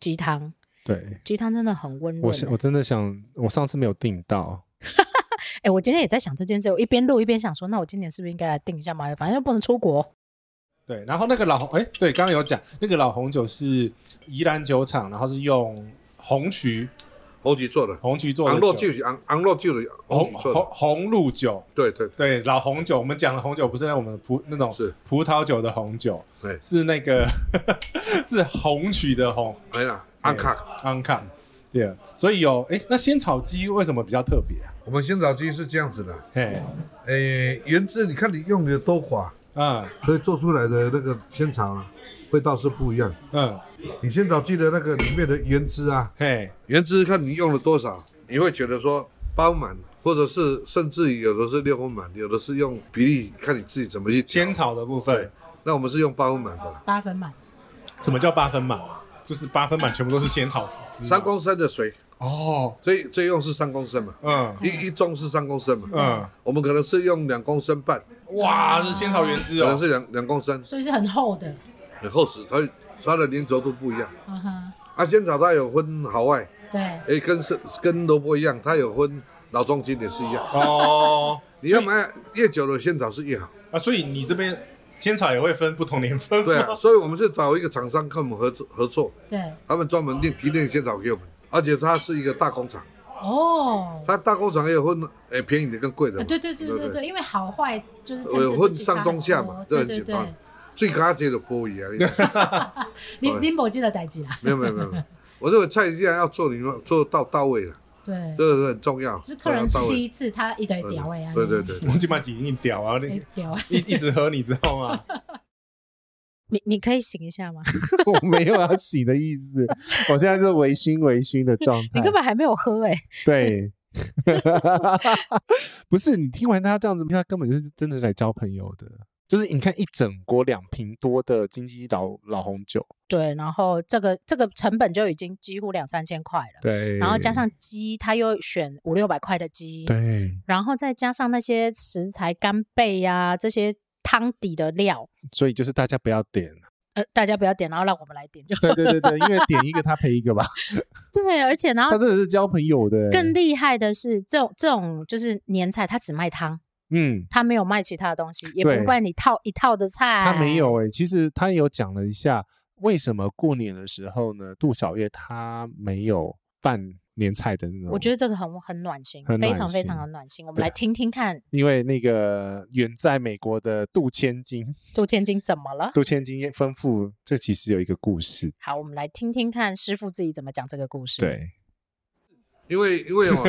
鸡汤，对，鸡汤真的很温我润、是欸。我真的想，我上次没有订到，哎、我今天也在想这件事，我一边录一边想说，那我今年是不是应该来定一下嘛？反正又不能出国。对，然后那个老红，哎，对，刚刚有讲那个老红酒是宜兰酒厂，然后是用红曲红曲做的，红曲做昂的肉酒酒，是昂昂肉酒的红红曲做红的，红露酒，对对对，对，老红酒，我们讲的红酒不是那我们葡那种是葡萄酒的红酒，对是那个 [laughs] 是红曲的红哎呀，安卡。安康，对，所以有哎，那鲜草鸡为什么比较特别啊？我们鲜草鸡是这样子的，嘿，诶，原汁你看你用的有多寡，嗯所以做出来的那个鲜草啊，味道是不一样。嗯，你鲜草鸡的那个里面的原汁啊，嘿，原汁看你用了多少，你会觉得说包满，或者是甚至于有的是六分满，有的是用比例，看你自己怎么去调鲜。草的部分对，那我们是用八分满的啦，八分满，什么叫八分满？就是八分满全部都是鲜草汁嘛三公升的水，哦，所以最用是三公升嘛，嗯一一盅是三公升嘛，嗯，我们可能是用两公升半，哇，这是鲜草原汁可能哦，是两两公升，所以是很厚的。很厚实，它它的粘稠度不一样。嗯哼，啊，仙草它有分好外，对，诶，跟是跟萝卜一样，它有分老中青也是一样。哦，你要买越久的仙草是越好，啊，所以你这边鲜草也会分不同年份吗，对啊，所以我们是找一个厂商跟我们合作合作，对，他们专门炼提炼仙草给我们，而且它是一个大工厂，哦，它大工厂也有分诶、便宜的跟贵的啊，嘛，对对对对对，因为好坏就是我参差有不分齐呃上差中很下多嘛这对很对简对单， [laughs] 最高级的波鱼啊！你林林宝记得代记啦，没有没有没有，没有我认为菜既然要做，你要做到到位了，对，这个很重要。就是客人吃做到第位一次，他一堆屌哎呀，啊对对对，对我就把几硬屌啊，哎你屌哎，一一直喝，你知道吗？ [laughs] 你你可以醒一下吗？ [laughs] 哎我没有要洗的意思，我现在是微醺微醺的状态。你根本还没有喝哎、对， [laughs] 不是你听完他这样子，他根本就是真的是来交朋友的。就是你看一整锅两瓶多的金鸡老老红酒，对，然后这个这个成本就已经几乎两三千块了，对然后加上鸡，他又选五六百块的鸡，对，然后再加上那些食材干贝呀、这些汤底的料，所以就是大家不要点。呃，大家不要点，然后让我们来点就对对对对，因为点一个他赔一个吧， [laughs] 对，而且然他后真的是交朋友的。欸更厉害的是，这种这种就是年菜，他只卖汤，嗯，他没有卖其他的东西，也对不怪你套一套的菜，他没有哎、其实他有讲了一下为什么过年的时候呢，杜小月她没有办年菜的那种。我觉得这个很很暖心，很非暖常非常心的暖心。我们对啊来听听看因为那个远在美国的杜千金，杜千金怎么了。杜千金也吩咐，这其实有一个故事。好，我们来听听看师傅自己怎么讲这个故事。，对因为因为哦，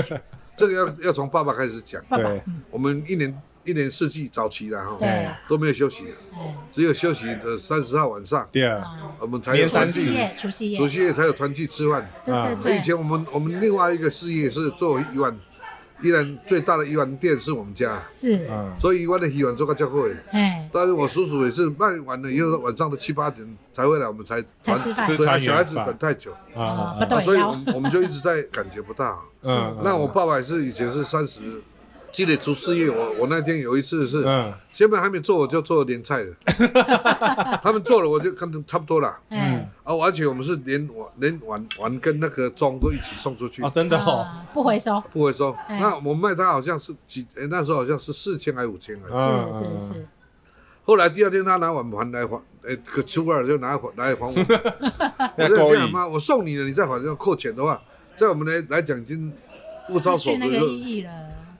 这个要要从爸爸开始讲。爸爸，对嗯我们一年一年四季早期的哈，对，哎都没有休息，啊只有休息的三十号晚上，第二，我们才有年三团除夕聚，夜，除夕夜，除夕嗯夜才有团聚吃饭。对那对以对，前我们我们另外一个事业是做鱼丸，依然最大的鱼丸店是我们家，是，嗯，所以鱼丸的鱼丸做个较贵。哎，但是我叔叔也是卖完了以后，晚上的七八点才会来，我们才才吃饭对吃团圆小孩子饭等太久，嗯啊啊，不啊对所以腰我们我们就一直在感觉不到。嗯，那我爸爸也是以前是三十，积累出事业。我我那天有一次是，嗯前面还没做我就做年 [laughs] 菜了，他们做了我就看得差不多了。哎，啊，而且我们是连碗连碗碗跟那个盅都一起送出去哦，，嗯真的哦，啊不回收，不回收。哎那我们卖它好像是几，诶那时候好像是四千还是五千啊。嗯是是是，后来第二天他拿碗盘来还，哎，可初二就拿还来还 [laughs] 我，我要就勾这样引嘛，我送你了，你再还要扣钱的话，在我们来来讲已经物超失所去值那个意了。义了，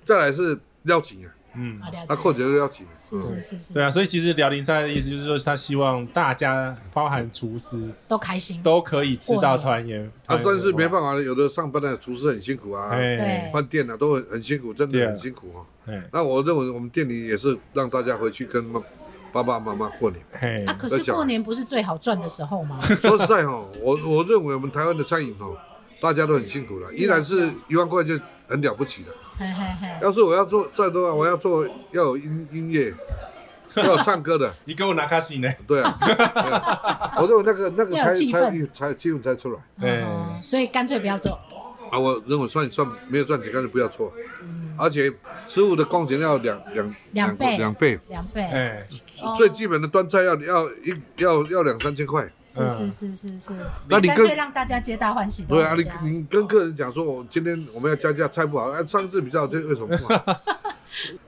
再来是撩情啊，嗯啊，，了他扣解，钱就撩情。是是是是，对啊，所以其实辽宁菜的意思就是说，他希望大家，包含厨师，都开心，都可以吃到团圆。啊，但是没办法，法，有的上班的厨师很辛苦啊，哎对饭店啊都很很辛苦，真对的啊很辛苦哦。哎那我认为我们店里也是让大家回去跟妈爸爸妈妈过年。哎啊，，可是过年不是最好赚的时候吗？说实在哦，我我认为我们台湾的餐饮哦，大家都很辛啊苦了，依然是一万块就很了不起的。嘿嘿嘿，要是我要做再多啊，我要做要有音音乐，要有唱歌的，你给我拿卡西呢？对啊，对 [laughs] 啊我认为那个那个要有才气才氛才气氛才出来哎，哦所以干脆不要做，啊。我认为算一算没有赚钱，干脆不要做，而且食物的工钱要两两两倍两倍，两倍，哎，哦最基本的端菜要要一要要两三千块。是是是是是，那你干更脆让大家皆大欢喜都对啊，回家，你你跟客人讲说，我今天我们要加价，菜不好，哎、上次比较好，这为什么不好？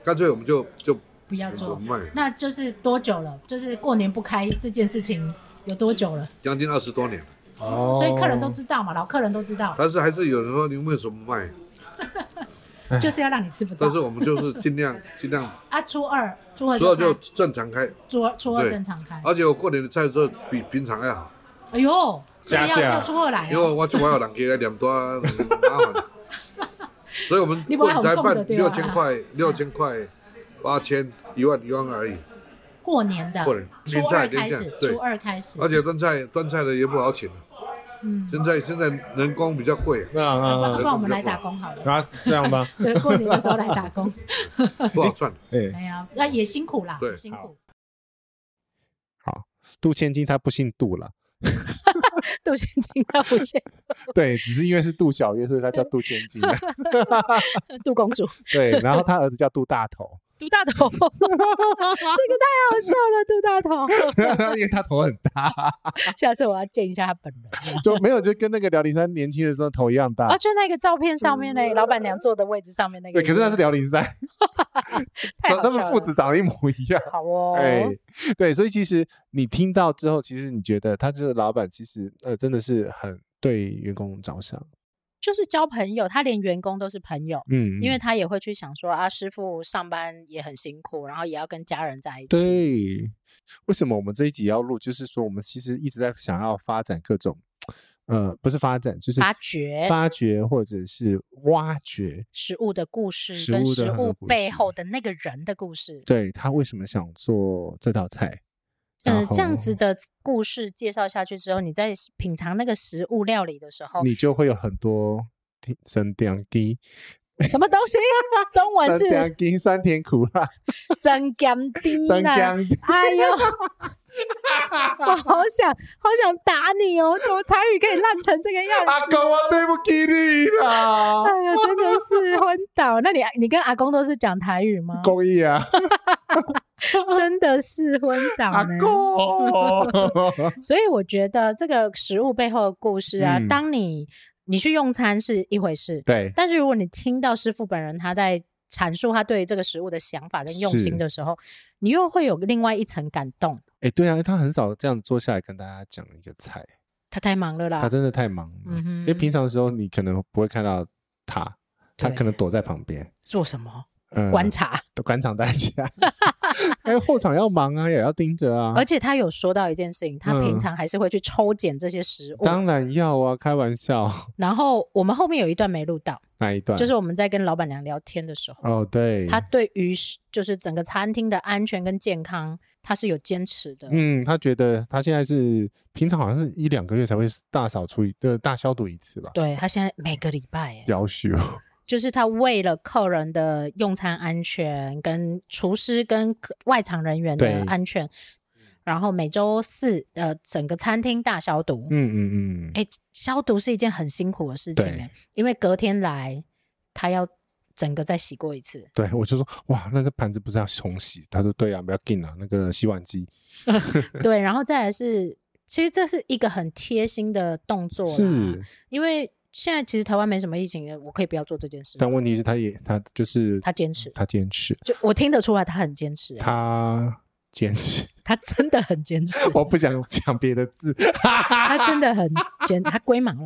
干脆我们就就不要我做们，卖，那就是多久了？就是过年不开这件事情有多久了？将近二十多年，哦所以客人都知道嘛，老客人都知道，但是还是有人说您为什么卖？就是要让你吃不到哎但是。我们就是尽量尽 [laughs] 量，啊，初二、初二主要就开正常开，初二初二对正常开。而且我过年的菜做比平常还好，哎呦，所以加要价要初二来啊因为哦，我就我有两个来两多啊嗯麻 [laughs] 烦，所以我们你不过会年很才供的办对吧哎六千块、六千块、八千、一万、一万而已，过年的过年初二年开假始年，假对啊初二开始，而且端菜端菜的也不好请了，嗯，现在现在人工比较贵、啊。 [laughs] 那哎呃那啊不啊，然我们来打工好了。然后这样 [laughs] 吧，对，过年的时候来打工，不好赚。哎，哎呀，那也辛苦啦，对也辛苦。杜千金他不姓杜了，杜千金她不是对，只是因为是杜小月，所以他叫杜千金。 [laughs] 杜公主，对，然后他儿子叫杜大 [laughs] 头，杜大头，这个太好笑了，杜大头。因为他头很大，下次我要见一下他本人。就没有就跟那个辽宁山年轻的时候头一样大啊，。就那个照片上面那老板娘坐的位置上面那个对，椅可子，是那是辽宁山，太长好他们笑父了子长得一模一样。好哦，哎， [laughs] 对，所以其实你听到之后，其实你觉得他这个老板其实呃真的是很对员工着想，就是交朋友，他连员工都是朋友，嗯，因为他也会去想说啊，师傅上班也很辛苦，然后也要跟家人在一起。对，为什么我们这一集要录？就是说，我们其实一直在想要发展各种，呃，不是发展，就是发掘发掘或者是挖掘，食物的故事食跟物的食很多物故背事后的那个人的故事，对他为什么想做这道菜？呃然，这样后子的故事介绍下去之后，你在品尝那个食物料理的时候，你就会有很多甜酸甜低，什么东西？中文酸是甜低，酸甜苦辣，三甘丁酸啊！甜哎呦，我好想好想打你哦！怎么台语可以烂成这个样阿子？公，我对不起你啦，哎呦，真的是昏倒！那你啊你跟阿公都是讲台语吗？公益啊，真的是昏倒阿呢。 [laughs] 公，所以我觉得这个食物背后的故事啊，嗯当你你去用餐是一回事，对，但是如果你听到师傅本人他在阐述他对于这个食物的想法跟用心是的时候，你又会有另外一层感动。哎，对啊，他很少这样坐下来跟大家讲一个菜，他太忙了啦他，真的太忙了，啊嗯哼因为平常的时候你可能不会看到他，他对可能躲在旁边，做什么嗯，观察？官场大家， [laughs] 哎，后场要忙啊，也要盯着啊，而且他有说到一件事情，他平嗯常还是会去抽检这些食物。当然要啊，开玩笑然后我们后面有一段没录到，那一段就是我们在跟老板娘聊天的时候，哦，对，他对于是就是整个餐厅的安全跟健康，他是有坚持的。嗯，他觉得他现在是平常好像是一两个月才会大扫除一呃大消毒一次吧，对他现在每个礼拜、欸，要求就是他为了客人的用餐安全、跟厨师跟客外场人员的对安全，然后每周四呃整个餐厅大消毒。嗯嗯嗯，哎、消毒是一件很辛苦的事情、对欸，因为隔天来他要整个再洗过一次。对我就说哇，那这盘子不是要重洗？他说对啊，不要进啊，那个洗碗机对，然后再来是，其实这是一个很贴心的动作啦，是，因为现在其实台湾没什么疫情，我可以不要做这件事。但问题是他也他就是他坚持，他坚持，就我听得出来他很坚持、欸，他坚持， [laughs] 他真的很坚持。我不想讲别的字，他真的很简，他龟毛了。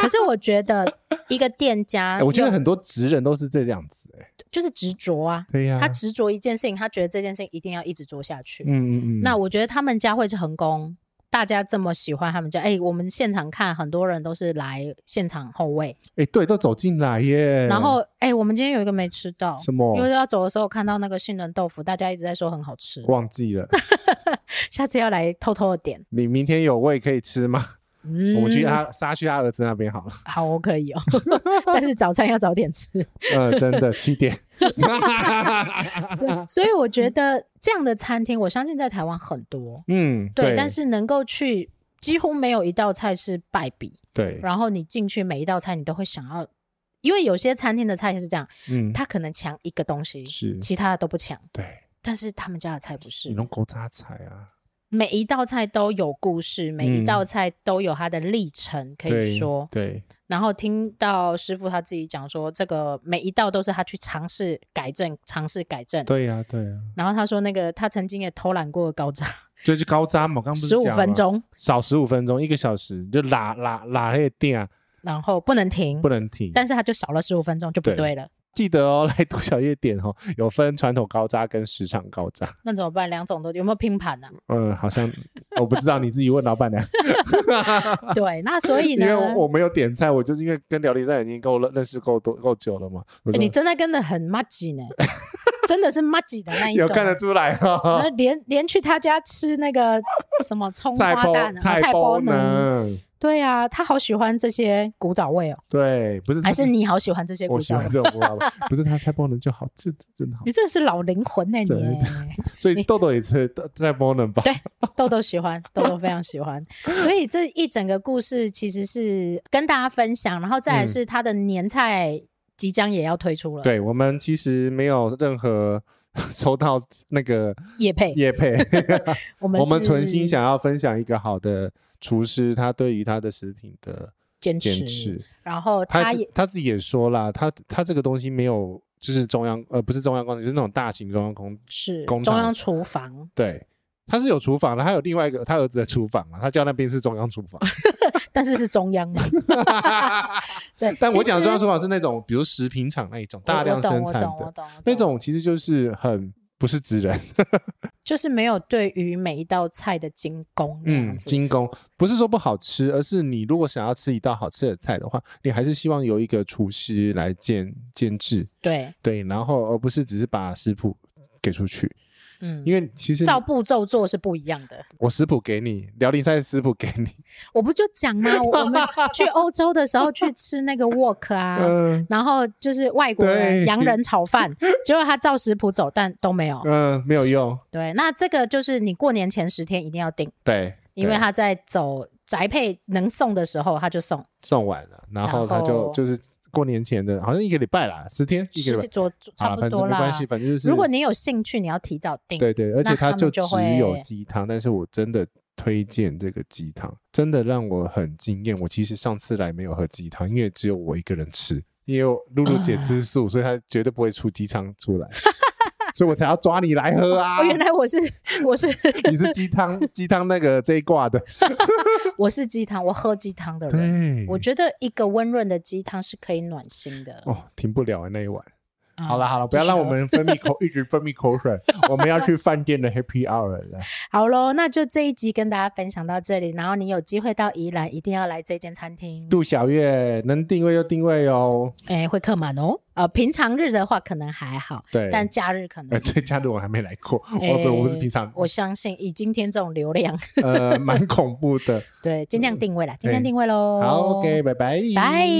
可是我觉得一个店家哎有，我觉得很多职人都是这样子，哎，就是执着啊，对呀，他执着一件事情，他觉得这件事情一定要一直做下去。嗯嗯嗯嗯，那我觉得他们家会成功，大家这么喜欢他们家，哎、我们现场看很多人都是来现场后位，哎对，都走进来耶，然后哎、我们今天有一个没吃到。什么因为要走的时候看到那个杏仁豆腐，大家一直在说很好吃，忘记了，下次要来偷偷的点。你明天有位可以吃吗？嗯，我们去啊他杀去他儿子那边好了。好，我可 [laughs] 以哦，但是早餐要早点吃。呃，真的七点。 [laughs] 所以我觉得这样的餐厅，我相信在台湾很多，嗯，对，但是能够去。几乎没有一道菜是败笔，对，然后你进去每一道菜，你都会想要，因为有些餐厅的菜是这样，嗯，它可能强一个东西，是其他的都不强，对，但是他们家的菜不你是，弄狗杂菜啊，每一道菜都有故事，每一嗯道菜都有它的历程可以对说，对，然后听到师傅他自己讲说，这个每一道都是他去尝试改正，尝试改正，对呀，对啊呀，然后他说那个他曾经也偷懒过高渣，就是高渣嘛，我刚不是十五讲吗分，钟，少十五分钟，一个小时就拉拉拉那个店啊，然后不能停不，能停。但是他就少了十五分钟就不对对了。记得哦，来 [laughs] 读小夜店哦，有分传统高渣跟时尚高渣。那怎么办？两种都有没有拼盘啊呢、嗯，好像我不知道，你自己问老板娘。对，那所以 [laughs] 因呢为，我我没有点菜，我就是因为跟辽宁站已经够认认识够多够久了嘛。我诶说哎你真的跟的很 m a g i [laughs] 呢，真的是 m a g i 的那一有种看得啊。出来哦。那连连去他家吃那个什么葱菜 [laughs] 花包蛋啊、菜包包呢？呢？对啊，他好喜欢这些古早味哦， [laughs] 对，不是还他是你好喜欢这些古我喜早味欢？这种味道，不是他菜包能就好，这这真的好你。真的是老灵魂呢、真你的。所以你豆豆也吃菜包能吧？对豆豆喜欢，豆豆非常喜欢，所以这一整个故事其实是跟大家分享，然后再来嗯是它的年菜即将也要推出了，，对，我们其实没有任何 [laughs] 收到那个叶配，叶配，我们我们是存心想要分享一个好的厨师，他对于他的食品的坚持，坚持。然后他他自也他自己也说啦，他他这个东西没有，就是中央呃不是中央工，就是那种大型中央工是工中厂央厨房， [laughs] 对，他是有厨房的，他有另外一个他儿子的厨房啊，他叫那边是中央厨房，但是是中 [laughs] 央嘛。对，但我其讲的中央实厨房是那种，比如食品厂那一种我大量我懂生我产懂我的懂我那懂种，其实就是很不是职人，就是没有对于每一道菜的精工那嗯，样子。精工不是说不好吃，而是你如果想要吃一道好吃的菜的话，你还是希望由一个厨师来监监制，对，对，然后而不是只是把食谱给出去，嗯，因为其实照步骤做是不一样的。我食谱给你，辽宁菜食谱给你，我不就讲吗？我我 [laughs] 们去欧洲的时候去吃那个 wok 啊，嗯然后就是外国人对洋人炒饭，结果他照食谱走，但都没有。 [laughs] 嗯，没有用，对，那这个就是你过年前十天一定要订，对，因为对他在走宅配能送的时候他就送，送完了，然然后他就后就是过年前的，好像一个礼拜啦，十天一个是礼拜，做差啊不反多正没啦关。系，反正就是如果你有兴趣，你要提早订。对对，而那且它他们就只就有会鸡汤，但是我真的推荐这个鸡汤，真的让我很惊艳。我其实上次来没有喝鸡汤，因为只有我一个人吃，因为我露露姐吃素，所以她绝对不会出鸡汤 [laughs] 出来，所以我才要抓你来喝啊哦，！原来我是 [laughs] 我是你是鸡汤鸡汤那个这一挂的，我是鸡汤，我喝鸡汤的人。对，我觉得一个温润的鸡汤是可以暖心的。哦停不了的那一碗。嗯好了好了，不继要续让我喝们分泌 [laughs] 口一直分泌口水，我们要去饭店的 Happy Hour [laughs] 了。好喽，那就这一集跟大家分享到这里。然后你有机会到宜兰，一定要来这间餐厅，杜小月能定位就定位哦，哎，会客满哦。呃，平常日的话可能还好，对，但假日可呃，能，对，嘉德我还没来过，哎我我不是平常，我相信以今天这种流量， [laughs] 呃，蛮恐怖的。对，尽量定位啦，尽量哎定位喽。好，OK，拜拜，哦拜。